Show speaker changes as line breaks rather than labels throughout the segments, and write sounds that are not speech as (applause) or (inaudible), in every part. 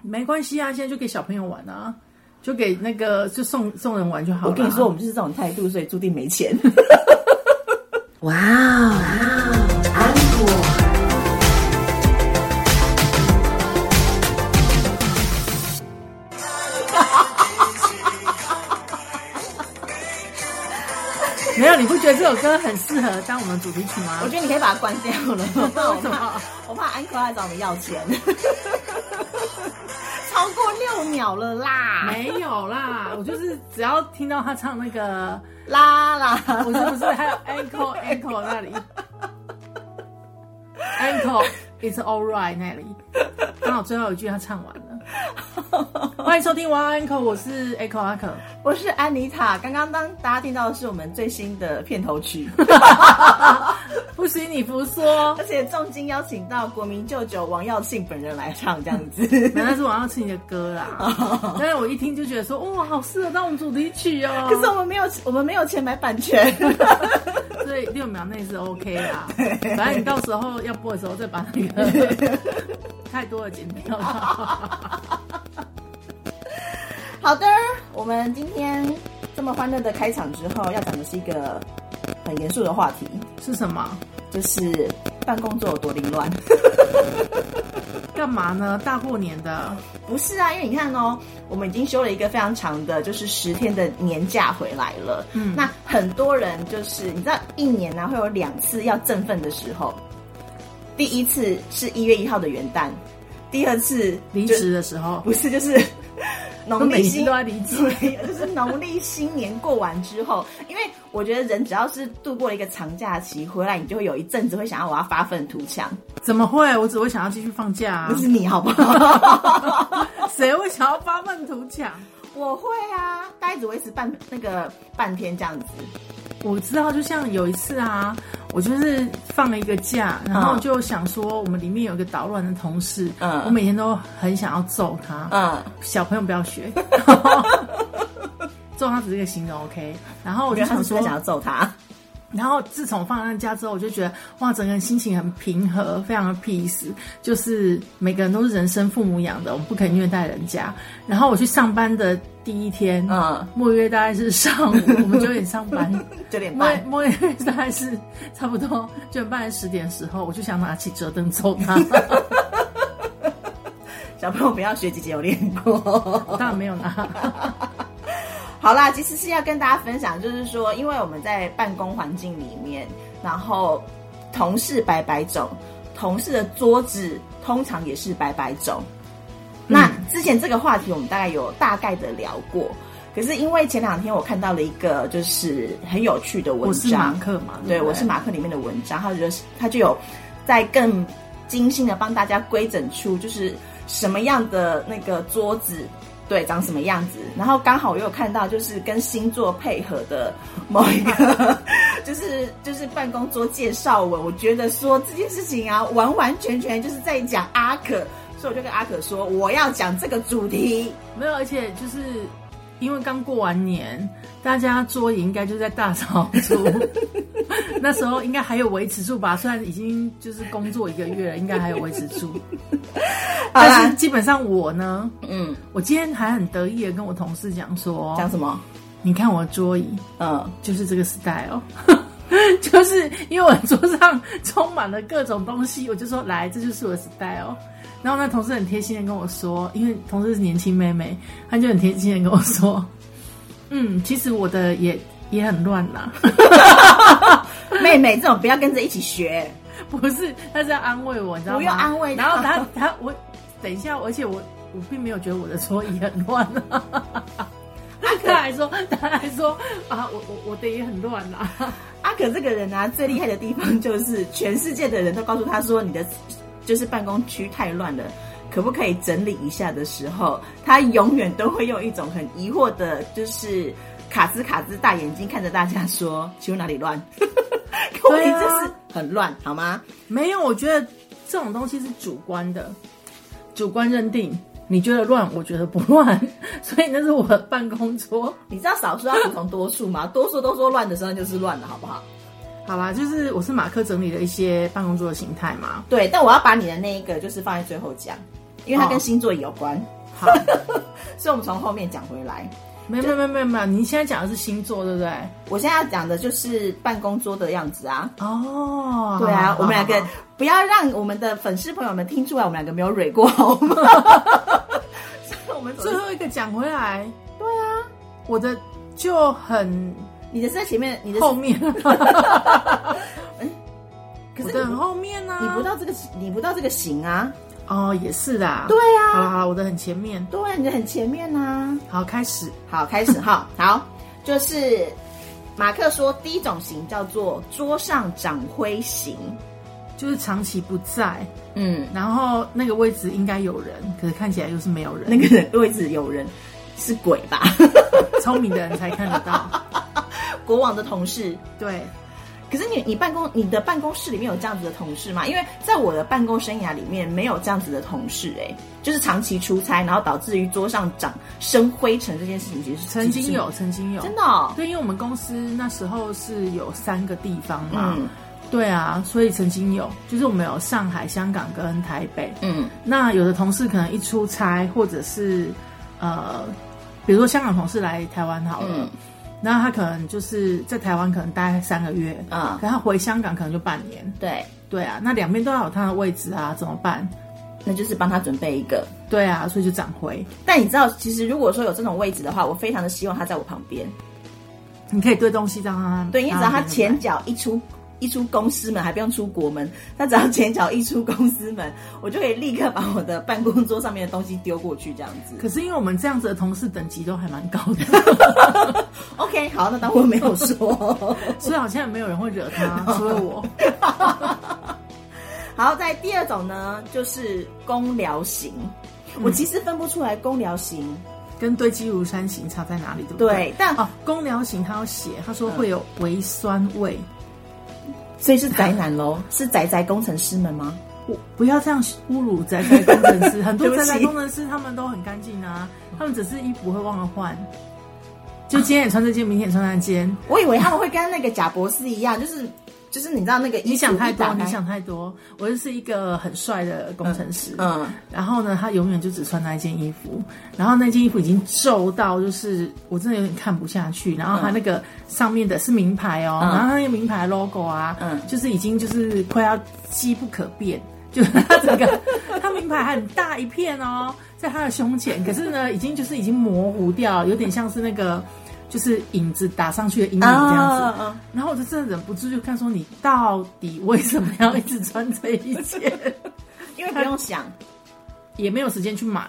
没关系啊，现在就给小朋友玩啊，就给那个就送送人玩就好了。
我
啊
跟你说，我，们就是这种态度，所以注定没钱。
(laughs) 哇哦，安果，
没有，你不觉得这首歌很适合当我们主题曲吗
(laughs) 我？觉得你可以把它关掉了，我怕我
(laughs) 为什
怕
么
我怕安哥来找我们要钱， (laughs) 超过六秒了啦
没有啦，我就是只要听到他唱那个，
啦啦，
不是不是，还有 ankle ankle 那里，ankle it's alright 那里，刚好最后一句他唱完了。欢迎收听《晚安 ankle》，我是 ankle 阿可。
我是安妮塔。刚刚当大家听到的是我们最新的片头
(laughs)
曲，
不许你胡说，
而且重金邀请到国民舅舅王耀庆本人来唱，这样子。
(laughs) 原来是王耀庆的歌
(laughs)
啦。但是我一听就觉得说，哇，好适合当我们主题曲哦。
可是我们没有，我们没有钱买版权。
所以六秒内是 OK
(laughs)
啦。反正你到时候要播的时候再把那
(laughs)
个太多的剪掉了。
好的，我们今天这么欢乐的开场之后，要讲的是一个很严肃的话题，
是什么？
就是办工作有多凌乱。
干嘛呢？大过年的，
(laughs) 不是啊，因为你看哦，我们已经休了一个非常长的，就是十天的年假回来了。嗯，那很多人就是你知道，一年啊呢、会有两次要振奋的时候，第一次是一月一号的元旦，第二次
离
就
职的时
(laughs)
候，
不是就是农
每
历
年
新
都在离职
对就是农历新年过完之后，因为我觉得人只要是度过了一个长假期回来，你就会有一阵子会想要我要发愤图强，
怎么会？我只会想要继续放假、啊
(laughs) 不，是你好不好？ (laughs)
谁会想要发愤图强？
我会啊，大概只维持半那个半天这样子。
我知道，就像有一次啊，我就是放了一个假，然后就想说，我们里面有一个捣乱的同事，
嗯
我每天都很想要揍他，
嗯，
小朋友不要学，
(laughs)
揍他只是一个形容，OK。然后我
我
就
觉得他
想
是真
说
的，想要揍他。
然后自从放了假之后，我就觉得哇，整个人心情很平和，非常的 peace。就是每个人都是人生父母养的，我们不可以虐待人家。然后我去上班的第一天，
嗯，
莫约大概是上午，我们九点上班。
九点
莫
半，
莫约 (laughs) 大概是差不多九点半十点的时候，我就想拿起折凳揍
(laughs)
他，
小朋友不要学，姐姐有练过。
我当然没有拿。
好啦，其实是要跟大家分享，就是说，因为我们在办公环境里面，然后同事百百种，同事的桌子通常也是百百种。
嗯
那之前这个话题我们大概有大概的聊过，可是因为前两天我看到了一个就是很有趣的文
我是马
章，
克嘛，
对，
不
我是马克里面的文章，他就是他就有在更精心的帮大家规整出就是什么样的那个桌子。对，长什么样子？然后刚好我有看到，就是跟星座配合的某一 (laughs) 个，就是就是办公桌介绍文。我觉得说这件事情啊，完完全全就是在讲阿可，所以我就跟阿可说，我要讲这个主题。
没有，而且就是因为刚过完年，大家桌椅应该就在大扫
(laughs)
除，那时候应该还有维持住吧？虽然已经就是工作一个月了，应该还有维持
(laughs)
住。
好
但
啦
是，基本上我呢，
嗯，
我今天还很得意的跟我同事讲说，
讲什么？
你看我的桌椅
嗯，
就是这个 style (laughs) 哦。就是因为我的桌上充满了各种东西，我就说来，这就是我的 style 哦。然后那同事很贴心的跟我说，因为同事是年轻妹妹，她就很贴心的跟我说， (laughs) 嗯，其实我的也也很乱啦， (laughs)
妹妹这种不要跟着一起学。
不是，她是要安慰我，你知道吗？
不用安慰她
然后她她我等一下，而且我我并没有觉得我的桌椅很乱啊。 (laughs) 他还说，他还说啊，我我我的也很乱啦、
阿可这个人啊，最厉害的地方就是全世界的人都告诉他说你的就是办公区太乱了，可不可以整理一下的时候，他永远都会用一种很疑惑的，就是卡兹卡兹大眼睛看着大家说，请问哪里乱？ (laughs) 可问题就是很乱，好吗？
没有，我觉得这种东西是主观的，主观认定。你觉得乱，我觉得不乱， (laughs) 所以那是我的办公桌。
你知道少数要服从多数吗？多数都说乱的时候就是乱的，好不好？
好啦，就是我是马克整理了一些办公桌的形态嘛。
对，但我要把你的那一个就是放在最后讲。因为它跟星座也有 (laughs) 关。
好，
所以我们从后面讲回来，
没有没有没有没有没有，你现在讲的是星座对不对？
我现在要讲的就是办公桌的样子啊。
哦，
对啊，
好
我们两个
好好
不要让我们的粉丝朋友们听出来我们两个没有蕊
(laughs)
过好吗？所以我们
最后一个讲回来，
对啊，
我的就很
你的是在前面，你的是
后
(laughs)
面，哎
可
我
是
的
你
很后面呢、
你不到这个你不到这个型啊，
哦，也是啦。
对
好了
啊，
好了，我的很前面。
对啊，你的很前面啊。
好，开始。
好，开始哈。好，就是马克说，第一种型叫做桌上掌灰型。
就是长期不在，
嗯，
然后那个位置应该有人，可是看起来又是没有人。
那个人位置有人是鬼吧？ (laughs)
聪明的人才看得到。
国王的同事。
对，
可是你你办公你的办公室里面有这样子的同事吗？因为在我的办公生涯里面没有这样子的同事、哎，就是长期出差，然后导致于桌上长生灰尘这件事情，其实是
曾经有，曾经有，
真的、哦，
对，因为我们公司那时候是有三个地方嘛，
嗯
对啊，所以曾经有，就是我们有上海、香港跟台北。
嗯
那有的同事可能一出差，或者是呃，比如说香港同事来台湾好了
嗯，
那、他可能就是在台湾可能待三个月，
嗯，
可他回香港可能就半年。
对，
对啊，那两边都要有他的位置啊，怎么办？
那就是帮他准备一个。
对啊，所以就长回。
但你知道，其实如果说有这种位置的话，我非常的希望他在我旁边。
你可以对东西让他
对，因为只要他前
让
脚一出一出公司门，还不用出国门，他只要前脚一出公司门，我就可以立刻把我的办公桌上面的东西丢过去，这样
可是
子。
因为我们这样子的同事等级都还蛮高
(laughs)
的，
OK，好，那当我没有说。 (laughs)
所以好像也没有人会惹他，除了我。
好，在第二种呢，就是公聊型。
嗯
我其实分不出来公聊型，
跟堆积如山型差在哪里？对不
对，但
哦，公疗型他要写，他说会有微酸味。
啊所以是宅男喽，是宅宅工程师们吗？
我不要这样侮辱宅宅工程师，很多
对不
宅
起
宅工程师他们都很干净啊，他们只是衣服会忘了换，就今天也穿这件，明天也穿那件。
我以为他们会跟那个贾博士一样，就是就是你知道那个
你
衣服
想
一
太
打
多，
开
你想太多。我就是一个很帅的工程师，
嗯
然后呢，他永远就只穿那一件衣服，然后那件衣服已经皱到，就是我真的有点看不下去。然后他那个上面的是名牌哦，
嗯
然后他那个名牌 logo 啊，
嗯
就是已经就是快要机不可变，就是他整个他名牌还很大一片哦，在他的胸前，可是呢，已经就是已经模糊掉，有点像是那个就是影子打上去的阴影这样子。
啊啊
然后我就真的忍不住就看说，你到底为什么要一直穿这一件？
因为不用想，
(laughs) 也没有时间去买。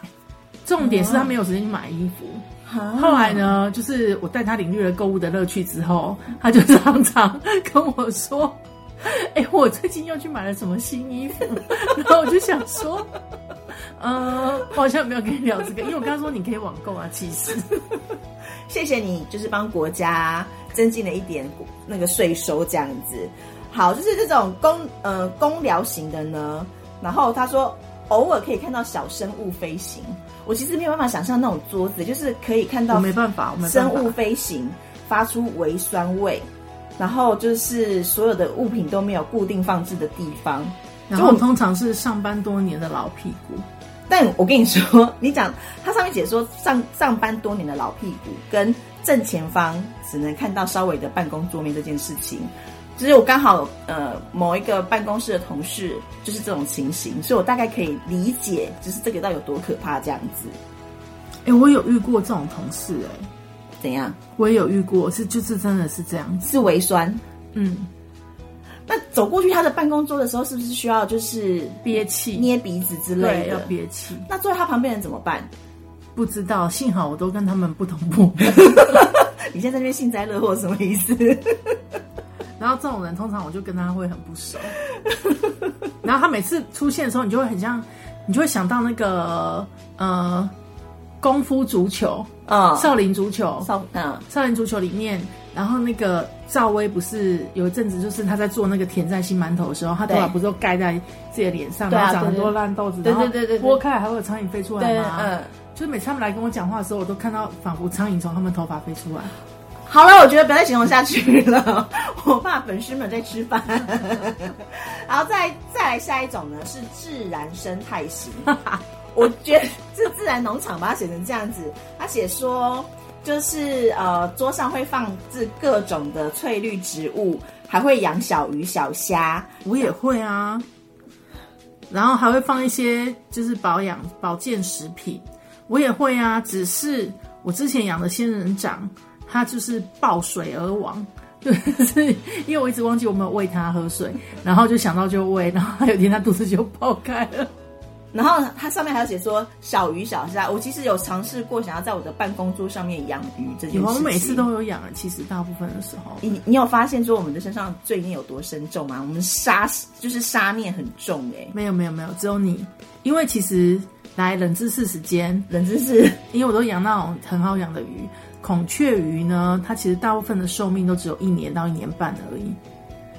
重点是他没有时间去买衣服。
后
后来呢，就是我带他领略了购物的乐趣之后，他就常常跟我说：“ (laughs) 哎、我最近又去买了什么新衣服。” (laughs) 然后我就想说。 (laughs) 呃，我好像没有跟你聊这个，因为我刚刚说你可以网购啊，其实
谢谢你，就是帮国家增进了一点那个税收这样子。好，就是这种公呃公疗型的呢，然后他说偶尔可以看到小生物飞行，我其实没有办法想象那种桌子，就是可以看
我
到
没办法，我没办
生物
法。
飞行发出微酸味，然后就是所有的物品都没有固定放置的地方。
然后我通常是上班多年的老屁股，
但我跟你说，你讲它上面写说上上班多年的老屁股，跟正前方只能看到稍微的办公桌面这件事情，就是我刚好呃某一个办公室的同事就是这种情形，所以我大概可以理解，就是这个到底有多可怕这样子。
哎、我有遇过这种同事、哎，
怎样？
我也有遇过，是就是真的是这样子，
是微酸？
嗯，
那走过去他的办公桌的时候，是不是需要就是
憋气，
捏鼻子之类
对，要
的？
憋气。
那坐在他旁边的人怎么办？
不知道，幸好我都跟他们不同步。
你现在在那边幸灾乐祸什么意思？
(laughs) 然后这种人通常我就跟他会很不 (laughs) 熟。然后他每次出现的时候，你就会很像，你就会想到那个呃，功夫足球、
(laughs) 嗯，
少林足球、
少嗯
少林足球里面，然后那个赵薇不是有一阵子，就是她在做那个甜在心馒头的时候，她头发
对
不是都盖在自己的脸上，
对啊
然后长很
对对
多烂痘子，
对
然后
对对对对
剥开来还会有苍蝇飞出来
对
吗？
嗯。
就是每次他们来跟我讲话的时候，我都看到仿佛苍蝇从他们头发飞出来。
好了，我觉得不要再形容下去了， (laughs) 我怕粉丝们在吃饭。 (laughs) 然后再再来下一种呢，是自然生态型。 (laughs) 我觉得是自然农场把它写成这样子，他写说就是呃桌上会放置各种的翠绿植物，还会养小鱼小虾，
我也会啊。然后还会放一些就是保养保健食品，我也会啊。只是我之前养的仙人掌，它就是爆水而亡， (laughs) 对，是因为我一直忘记我没有喂它喝水，然后就想到就喂，然后有一天它肚子就爆开了。
然后它上面还有写说小鱼小虾，我其实有尝试过想要在我的办公桌上面养鱼这件事情。
有啊，我每次都有养，其实大部分的时候，
你你有发现说我们的身上罪孽有多深重吗？我们杀就是杀念很重哎、
没有没有没有，只有你，因为其实来冷知识时间，
冷知识， (laughs)
因为我都养那种很好养的鱼，孔雀鱼呢，它其实大部分的寿命都只有一年到一年半而已。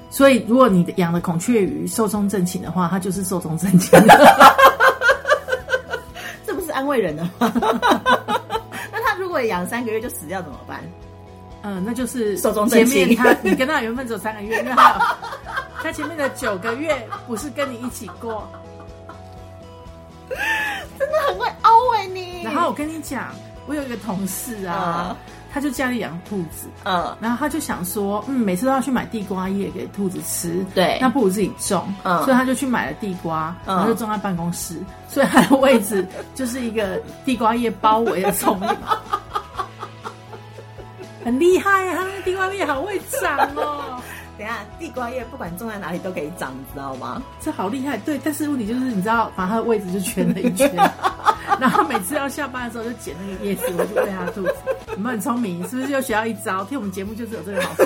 所以，如果你的养的孔雀鱼寿终正寝的话，它就是寿终正
(laughs)
寝的。
这不是安慰人的吗？ (laughs) 那他如果养三个月就死掉怎么办？
嗯，那就是
寿终
前
正
面
寝
他你跟他缘分只有三个月，因为他有他前面的九个月不是跟你一起
(laughs)
过。
很会安慰你
然后我跟你讲，我有一个同事啊，他就家里养兔子，
嗯，
然后他就想说，嗯，每次都要去买地瓜叶给兔子吃，
对
那不如自己种，
嗯
所以他就去买了地瓜，
嗯
然后就种在办公室，所以他的位置就是一个地瓜叶包围的丛
(laughs)
林，很厉害啊，地瓜叶好会长
(laughs)
哦，
等一下地瓜叶不管种在哪里都可以长，你知道吗？
这好厉害，对，但是问题就是你知道，把他的位置就圈了一
(laughs)
圈。然后每次要下班的时候就捡那个叶子，我就喂他兔子。你们很聪明，是不是又学到一招？听我们节目就是有这个好处。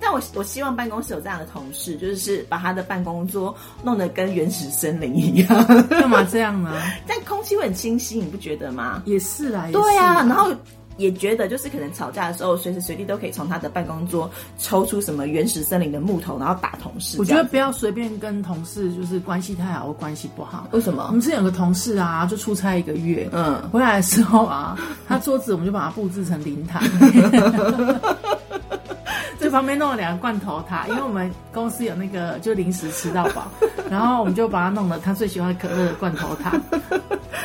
但我我希望办公室有这样的同事，就是把他的办公桌弄得跟原始森林一样， (laughs)
干嘛这样呢？
但空气会很清新，你不觉得吗？
也是啦，也是
对啊，然后也觉得就是可能吵架的时候，随时随地都可以从他的办公桌抽出什么原始森林的木头，然后打同事
我
这
觉得
样子。
不要随便跟同事就是关系太好或关系不好。
为什
我
么
们？之前有个同事啊，就出差一个月，
嗯，
回来的时候
(laughs)
啊，他桌子我们就把它布置成灵堂，就旁边弄了两个罐头塔，因为我们公司有那个就零食吃到饱，然后我们就把它弄了他最喜欢可乐的罐头塔，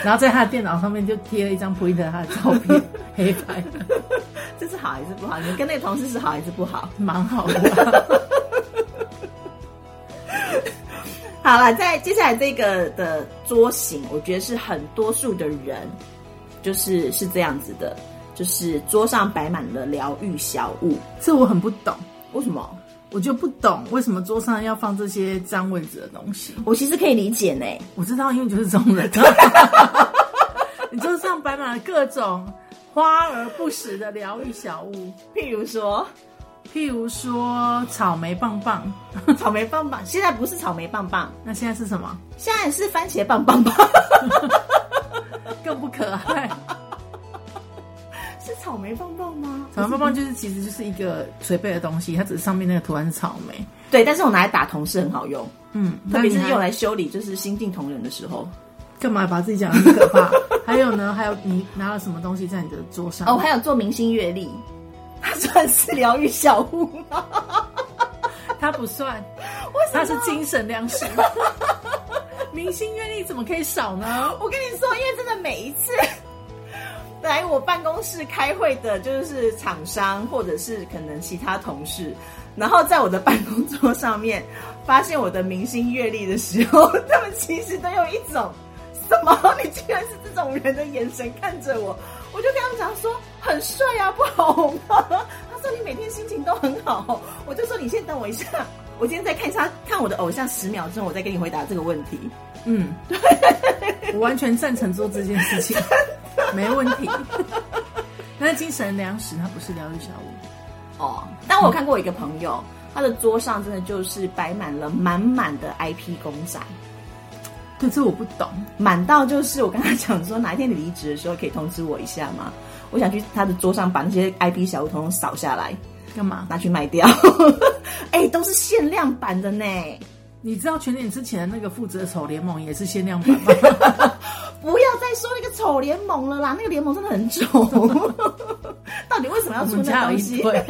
然后在他的电脑上面就贴了一张 printer 他的照片，黑白的，
这是好还是不好？你跟那个同事是好还是不好？
蛮好的。
好了，在接下来这个的桌型，我觉得是很多数的人就是是这样子的，就是桌上摆满了疗愈小物。
这我很不懂。
为什么？
我就不懂为什么桌上要放这些占位置的东西。
我其实可以理解呢。
我知道，因为你就是这种人，你桌上摆满了各种花而不实的疗愈小物，
(laughs) 譬如说
譬如说草莓棒棒。
草莓棒棒，现在不是草莓棒棒，
那现在是什么？
现在是番茄棒棒棒，
更不可爱。
是草莓棒棒吗？
草莓棒棒就是其实就是一个随背的东西，它只是上面那个图案是草莓。
对，但是我拿来打同事很好用，
嗯，
特别是
那你还
用来修理就是新进同仁的时候。
干嘛？把自己讲的很可怕。还有呢？还有你拿了什么东西在你的桌上？
哦，还有做明星阅历，它 (laughs) 算是疗愈小物吗？
它不算，它是精神粮 (laughs) 食。明星阅历怎么可以少呢？
我跟你说，因为真的每一次 (laughs) 来我办公室开会的，就是厂商或者是可能其他同事，然后在我的办公桌上面发现我的明星阅历的时候，他们其实都有一种什么？你居然是这种人的眼神看着我，我就跟他们讲说很帅啊，不好吗？他说你每天心情都很好，我就说你先等我一下。我今天再看一下看我的偶像十秒钟，我再跟你回答这个问题。
嗯，我完全赞成做这件事情，没问题。但是精神粮食它不是疗愈小物，
哦，但我有看过一个朋友，他的桌上真的就是摆满了满满的 IP 公仔，
对，这我不懂。
满到就是我跟他讲说，哪一天你离职的时候可以通知我一下吗？我想去他的桌上把那些 IP 小物通通扫下来，
干嘛？
拿去卖掉。 (laughs) 哎、都是限量版的呢，
你知道全脸之前的那个负责手联盟也是限量版吗？ (laughs)
不要再说那个丑联盟了啦，那个联 (laughs) 盟真的很丑。到底为什么要
我
出
们
那
家有
东
一
西？
堆。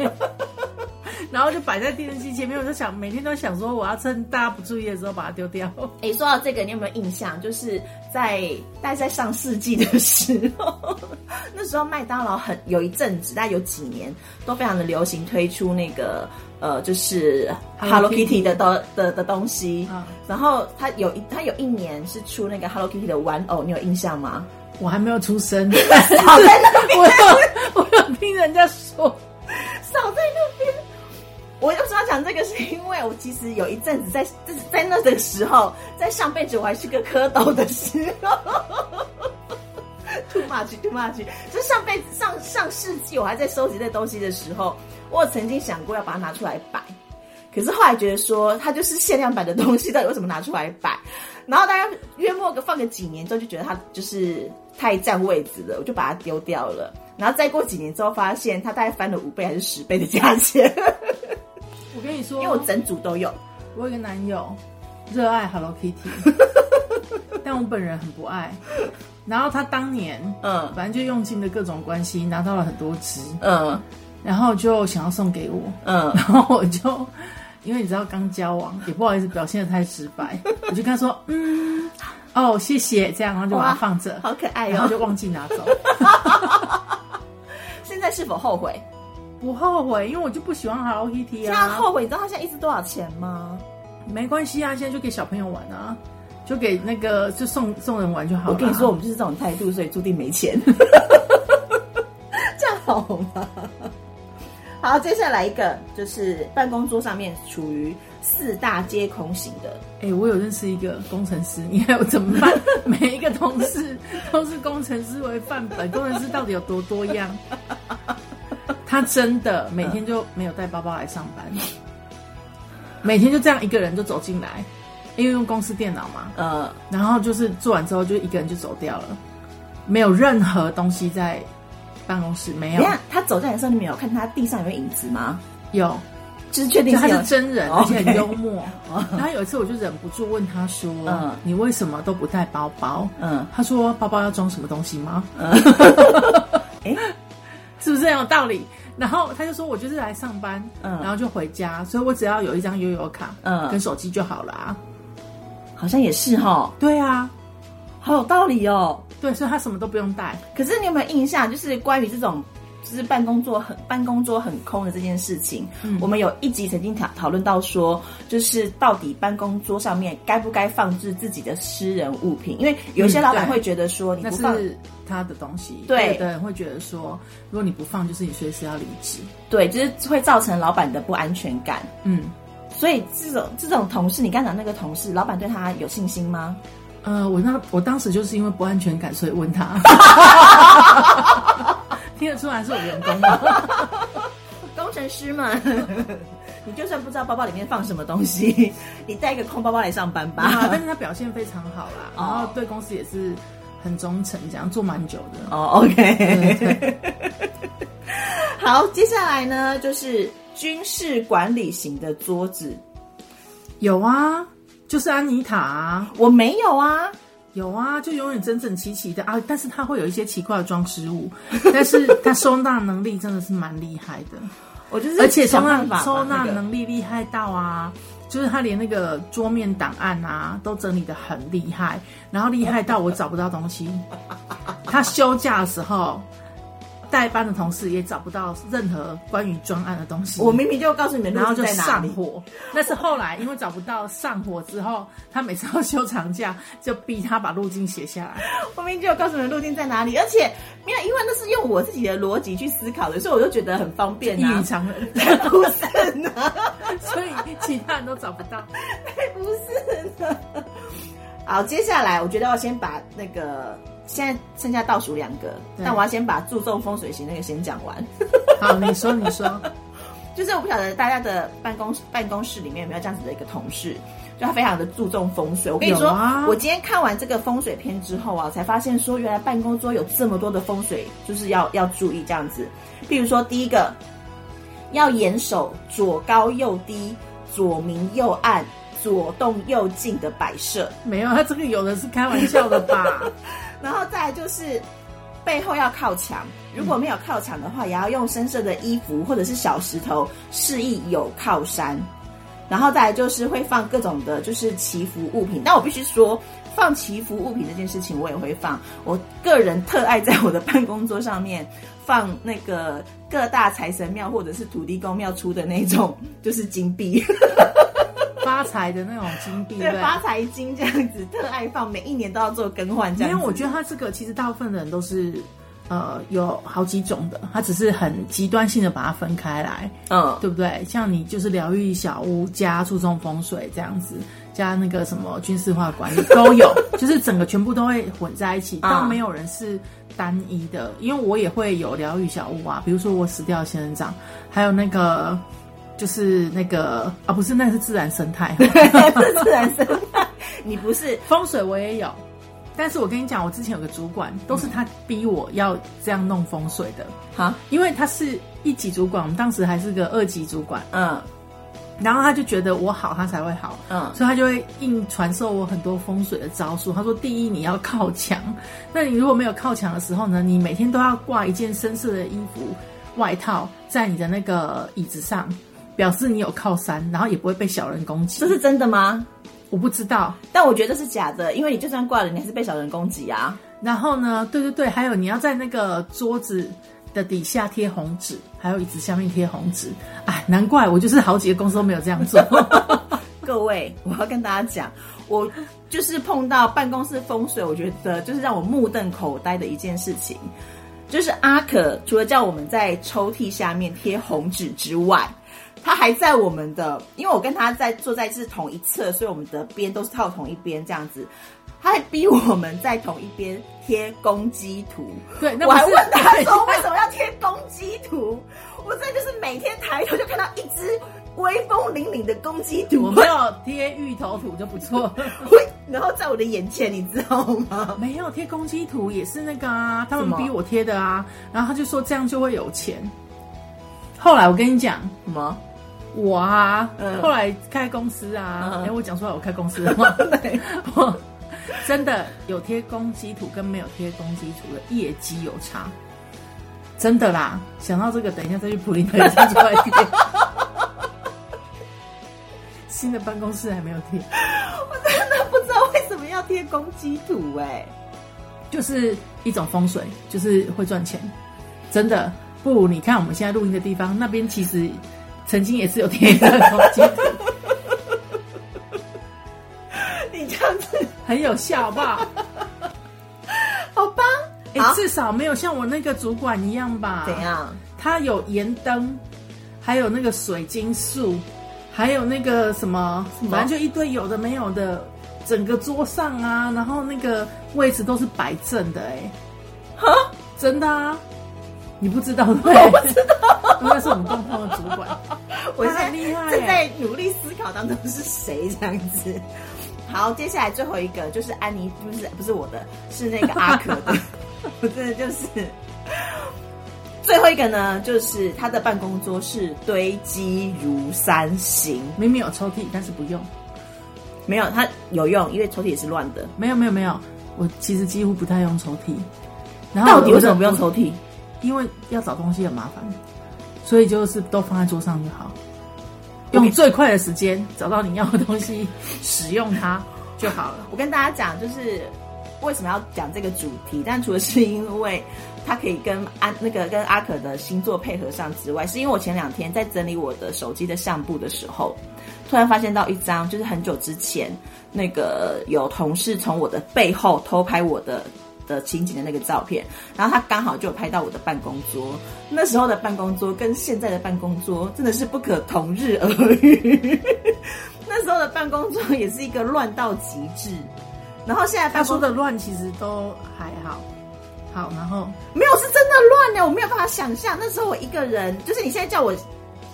然后就摆在电视机前面。我就想，每天都想说，我要趁大家不注意的时候把它丢掉。
哎、说到这个，你有没有印象？就是在大概在上世纪的时候，那时候麦当劳很有一阵子，大概有几年都非常的流行推出那个呃，就是
Hello
Hello
Kitty
Kitty 嗯的的的的东西。
啊，
然后它有一它有一年是出那个 Hello Kitty 的玩偶，你有印象 (laughs) 吗？
(laughs) 我还没有出生，但是
少在那
(laughs)
边，
我有我有听人家说，
少在那边。我为什么要讲这个？是因为我其实有一阵子在就是在那个时候，在上辈子我还是个蝌蚪的时候。too much, too much。就上辈子上上世纪，我还在收集这东西的时候，我有曾经想过要把它拿出来摆，可是后来觉得说它就是限量版的东西，到底为什么拿出来摆？然后大家约莫个放个几年之后，就觉得它就是太占位置了，我就把它丢掉了。然后再过几年之后，发现它大概翻了五倍还是十倍的价钱，
我跟你说，
(laughs) 因为我整组都有。
我有一个男友热爱 Hello
(laughs)
Kitty，但我本人很不爱。然后他当年，
嗯
反正就用尽了各种关系，拿到了很多只，
嗯
然后就想要送给我，
嗯
然后我就因为你知道刚交往，也不好意思表现的太直
(laughs)
白，我就跟他说，嗯，哦，谢谢，这样，然后就把它
哇
放着，
好可爱 (laughs)
然后就
哦！
忘记拿走，
现在是否后悔？
不后悔，因为我就不喜欢 Hello Kitty
现
啊，
在后悔，你知道它现在一只多少钱吗？
没关系啊，现在就给小朋友玩啊，就给那个就送送人玩就好
我
了。啊
跟你说，我，们就是这种态度，所以注定没钱。 (laughs) 这样好吗？好，接下来一个就是办公桌上面处于四大皆空型的，
哎、我有认识一个工程师，你还有怎么办？ (laughs) 每一个同事都是工程师为范本，工程师到底有多多样？他真的每天就没有带包包来上班，每天就这样一个人就走进来，因为用公司电脑嘛，
呃，
然后就是做完之后就一个人就走掉了，没有任何东西在办公室，没
等
有
一下他走在你上面没有看他地上有没有影子吗？
有。
就是确定
就他
有
是真人，
哦
而且很
OK 哦
幽默。然后有一次我就忍不住问他说：“
嗯
你为什么都不带包包？”
嗯
他说：“包包要装什么东西吗？”
(laughs) 诶
是不是很有道理？然后他就说：“我就是来上班，
嗯
然后就回家，所以我只要有一张悠游卡，
嗯
跟手机就好了啊。
好像也是哈，”
对啊，
好有道理哦。
对，所以他什么都不用带。
可是你有没有印象，就是关于这种就是办公桌很办公桌很空的这件事情，
嗯
我们有一集曾经讨讨论到说，就是到底办公桌上面该不该放置自己的私人物品？因为有一些
嗯
老板
对
会觉得说，你
嗯那
不放，
是他的东西。
对
有的人会觉得说，如果你不放，就是你随时要离职。
对，就是会造成老板的不安全感。
嗯，
所以这种这种同事，你刚讲那个同事，老板对他有信心吗？
呃，我那我当时就是因为不安全感，所以问他， (laughs) 听得出来是我员工吗？
工程师嘛， (laughs) 你就算不知道包包里面放什么东西，你带一个空包包来上班
(laughs) 啊，但
吧。
是他表现非常好啦，
哦
然后对公司也是很忠诚，这样做蛮久的。
哦，OK、
对
o k
对，
(laughs) 好，接下来呢就是军事管理型的桌子，
有啊，就是安妮塔啊、
我没有啊，
有啊，就永远整整齐齐的啊，但是它会有一些奇怪的装饰物，但是它收纳能力真的是蛮厉害的。
我就是
而且收
想办
纳
法
收
把
纳
那个
能力厉害到啊，就是他连那个桌面档案啊都整理的很厉害，然后厉害到我找不到东
(laughs)
西。他休假的时候，代班的同事也找不到任何关于专案的东西。
我明明就告诉你们
然
路
后
是
就
在哪
上
里，
火，那是后来因为找不到上火之后，他每次要休长假，就逼他把路径写下来。
(laughs) 我明明就有告诉你们路径在哪里，而且没有，因为那是用我自己的逻辑去思考的，所以我就觉得很方便
异 (laughs) 于
啊。 (laughs)
常人，
不是呢，
所以其他人都找不到。
不是呢。好，接下来我觉得要先把那个现在剩下倒数两个，
对
但我要先把注重风水型那个先讲完。
好，你说，你说，
就是我不晓得大家的办公办公室里面有没有这样子的一个同事，就他非常的注重风水。我跟你说，
有啊
我今天看完这个风水片之后啊，才发现说原来办公桌有这么多的风水，就是要要注意这样子。譬如说，第一个要严守左高右低、左明右暗、左动右静的摆设，
没有，他这个有的是开玩笑的吧？
然后再来就是背后要靠墙，如果没有靠墙的话，也要用深色的衣服或者是小石头示意有靠山。然后再来就是会放各种的，就是祈福物品。但我必须说，放祈福物品这件事情我也会放。我个人特爱在我的办公桌上面放那个各大财神庙或者是土地公庙出的那种，就是金币。
发财的那种金币，
对， (laughs) 发财金这样子，特爱放，每一年都要做更换这样。
因为我觉得它这个其实大部分人都是，呃，有好几种的，它只是很极端性的把它分开来，
嗯，
对不对？像你就是疗愈小屋加注重风水这样子，加那个什么军事化管理都有，就是整个全部都会混在一 (laughs) 起，但没有人是。单一的，因为我也会有疗愈小屋啊，比如说我死掉仙人掌，还有那个就是那个啊，不是，那是自然生态， (laughs)
是自然生态。你不是
风水，我也有。但是我跟你讲，我之前有个主管，都是他逼我要这样弄风水的。
好、嗯，
因为他是一级主管，我们当时还是个二级主管。
嗯。
然后他就觉得我好，他才会好。
嗯。
所以他就会硬传授我很多风水的招数。他说：第一，你要靠墙。 (laughs) 那你如果没有靠墙的时候呢，你每天都要挂一件深色的衣服外套在你的那个椅子上。表示你有靠山，然后也不会被小人攻击。
这是真的吗？
我不知道，
但我觉得这是假的，因为你就算挂了，你还是被小人攻击啊。
然后呢？对对对，还有你要在那个桌子的底下贴红纸，还有椅子下面贴红纸。哎，难怪我就是好几个公司都没有这样做。 (laughs)
各位，我要跟大家讲，我就是碰到办公室风水，我觉得就是让我目瞪口呆的一件事情，就是阿可除了叫我们在抽屉下面贴红纸之外。他还在我们的，因为我跟他在坐在是同一侧，所以我们的边都是靠同一边这样子。他还逼我们在同一边贴公鸡图，
对，那
我
(laughs)
还问他说为什么要贴公鸡图？我真的就是每天抬头就看到一只威风凛凛的公鸡图，
我没有贴芋头图就不错，
(laughs) 然后在我的眼前，你知道吗？
没有贴公鸡图也是那个啊，他们逼我贴的啊，然后他就说这样就会有钱。后来我跟你讲
什么？
我啊，嗯、后来开公司啊，哎、嗯欸，我讲出来我开公司 (laughs) 了吗？我真的有贴公鸡图跟没有贴公鸡图的业绩有差，真的啦。想到这个，等一下再去普林特站出来贴。 (laughs) 新的办公室还没有贴，
我真的不知道为什么要贴公鸡图哎、欸，
就是一种风水，就是会赚钱，真的。不如你看我们现在录音的地方，那边其实。曾经也是有贴一个公鸡
图，你这样子
很有效，好不好？
好吧，
哎、欸，至少没有像我那个主管一样吧？
啊怎样？
他有盐灯，还有那个水晶树，还有那个什么，什麼反正就一堆有的没有的，整个桌上啊，然后那个位置都是摆正的、欸，
哎，哈，
真的啊。你不知道对？
我不知道，
那是我们东方的主管，
我
很厉害、欸，
正在努力思考当中是谁这样子。好，接下来最后一个就是安妮，不是不是我的，是那个阿可 (laughs) 的，我真的就是最后一个呢，就是他的办公桌是堆积如山形，
明明有抽屉，但是不用，
没有他有用，因为抽屉也是乱的。
没有没有没有，我其实几乎不太用抽屉，然
后到底为什么不用抽屉？
因为要找东西很麻烦，所以就是都放在桌上就好，用最快的时间找到你要的东西，使用它就好 (laughs) 了。
我跟大家讲，就是为什么要讲这个主题，但除了是因为它可以跟安那个跟阿可的星座配合上之外，是因为我前两天在整理我的手机的相簿的时候，突然发现到一张，就是很久之前那个有同事从我的背后偷拍我的。的情景的那个照片，然后他刚好就有拍到我的办公桌，那时候的办公桌跟现在的办公桌真的是不可同日而语。那时候的办公桌也是一个乱到极致，然后现在
他说的乱其实都还好，好，然后
没有是真的乱呢，我没有办法想象。那时候我一个人，就是你现在叫我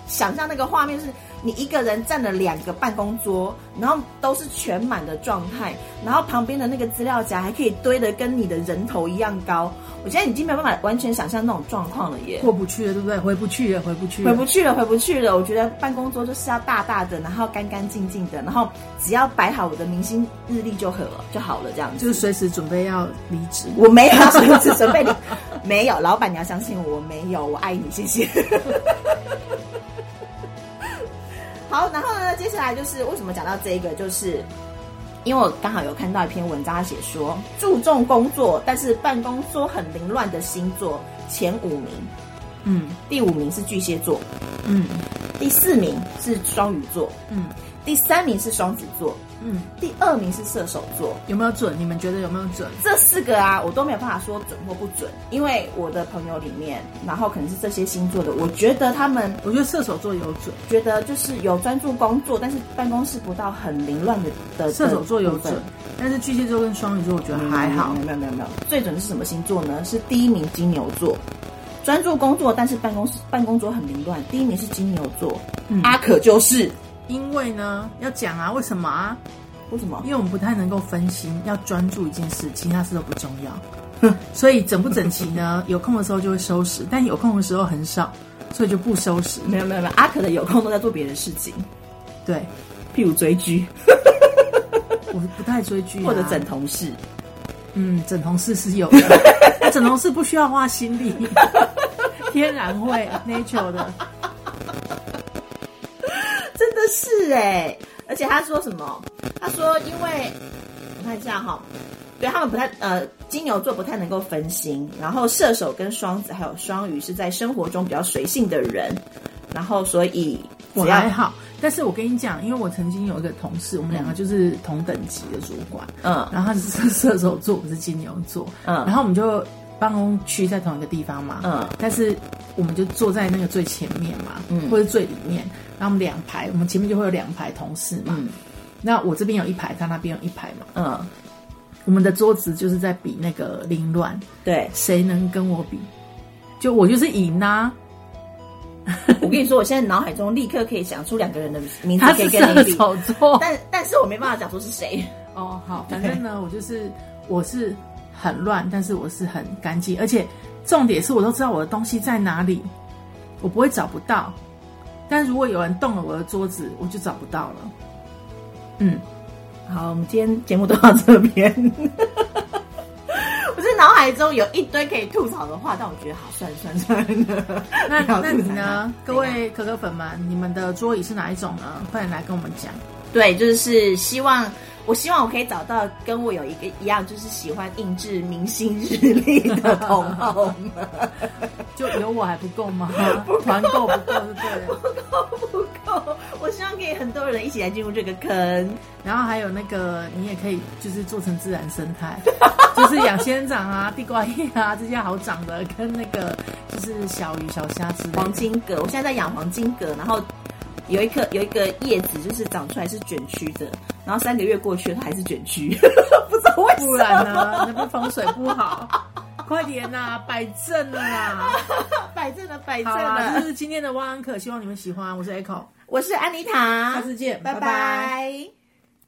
想象那个画面是，你一个人占了两个办公桌，然后都是全满的状态，然后旁边的那个资料夹还可以堆得跟你的人头一样高。我现在已经没有办法完全想象那种状况了耶，
过不去了，对不对？回不去了，回不去了，
(laughs) 回不去了，回不去了。我觉得办公桌就是要大大的，然后干干净净的，然后只要摆好我的明星日历就好了，就好了，这样子。
就是随时准备要离职。
我没有随时准备离，没有，老板你要相信我，我没有，我爱你，谢谢。 (laughs) 好，然后呢，接下来就是为什么讲到这一个，就是因为我刚好有看到一篇文章，他写说注重工作，但是办公桌很凌乱的星座前五名，
嗯
第五名是巨蟹座，
嗯
第四名是双鱼座，
嗯
第三名是双子座，
嗯，
第二名是射手座。
有没有准？你们觉得有没有准？
这四个啊，我都没有办法说准或不准，因为我的朋友里面，然后可能是这些星座的，我觉得他们
我觉得射手座有准，
觉得就是有专注工作，但是办公室不到很凌乱的的
射手座有
的
准
部分，
但是巨蟹座跟双鱼座我觉得还好。
没有没有没有没有，最准的是什么星座呢？是第一名金牛座，专注工作，但是办公室办公桌很凌乱。第一名是金牛座，
嗯
阿可就是
因为呢，要讲啊，为什么啊？
为什么
因？为我们不太能够分心，要专注一件事，其他事都不重要。 (laughs) 所以整不整齐
(laughs)
呢？有空的时候就会收拾，但有空的时候很少，所以就不收拾。
没有没有没有，阿可的有空都在做别的事情，
对，
譬如追剧
我不太追剧、啊，
或者整同事。
嗯，整同事是有的，那整同事不需要花心力， (laughs) 天然会 nature 的。
真的是哎、而且他说什么？他说因为我看一下哈、对他们不太呃，金牛座不太能够分心，然后射手跟双子还有双鱼是在生活中比较随性的人，然后所以
我
只
还
要
好，但是我跟你讲，因为我曾经有一个同事，我们两个就是同等级的主管，
嗯
然后他是射手座，我是金牛座，
嗯
然后我们就办公区在同一个地方嘛，
嗯
但是我们就坐在那个最前面嘛，
嗯
或者最里面，然后我们两排，我们前面就会有两排同事嘛，
嗯
那我这边有一排，他那边有一排嘛，
嗯，
我们的桌子就是在比那个凌乱，
对 (laughs)
谁能跟我比？就我就是赢啊呐、
我跟你说，我现在脑海中立刻可以想出两个人的名字
他
可以
是
跟你
射
(laughs) 比，
手座，
但但是我没办法讲出是谁。
哦，好，反正呢，我就是我是很乱，但是我是很干净，而且重点是我都知道我的东西在哪里，我不会找不到。但如果有人动了我的桌子，我就找不到了。嗯，
(laughs) 好，我们今天节目都到这边。 (laughs) 我是脑海中有一堆可以吐槽的话，但我觉得好算了算了算了。
(laughs) 那
不要
那
吐
你
槽它
呢，各？位可可粉们，你们的桌椅是哪一种呢？快点来跟我们 (laughs) 讲。
对，就是希望，我希望我可以找到跟我有一个一样，就是喜欢印制明星日历的同好 (laughs) 们。
就有我还不够吗？团购不够就对了。
不够，我希望可以很多人一起来进入这个坑。
然后还有那个，你也可以就是做成自然生
(laughs)
态，就是养仙掌啊、地瓜叶啊这些好长的，跟那个就是小鱼、小虾之类的。
黄金葛，我现在在养黄金葛，然后有一颗有一个叶子，就是长出来是卷曲的，然后三个月过去了，它还是卷曲， (laughs) 不知道为什
不
么。
然呢？那不风水不
(laughs)
好。快点呐、摆正了啦！
摆正了，摆正
好
(laughs)
啦，这
了。
是今天的汪安可，希望你们喜欢。我是 Echo，
我是安妮塔，
下次见，
拜
拜拜
拜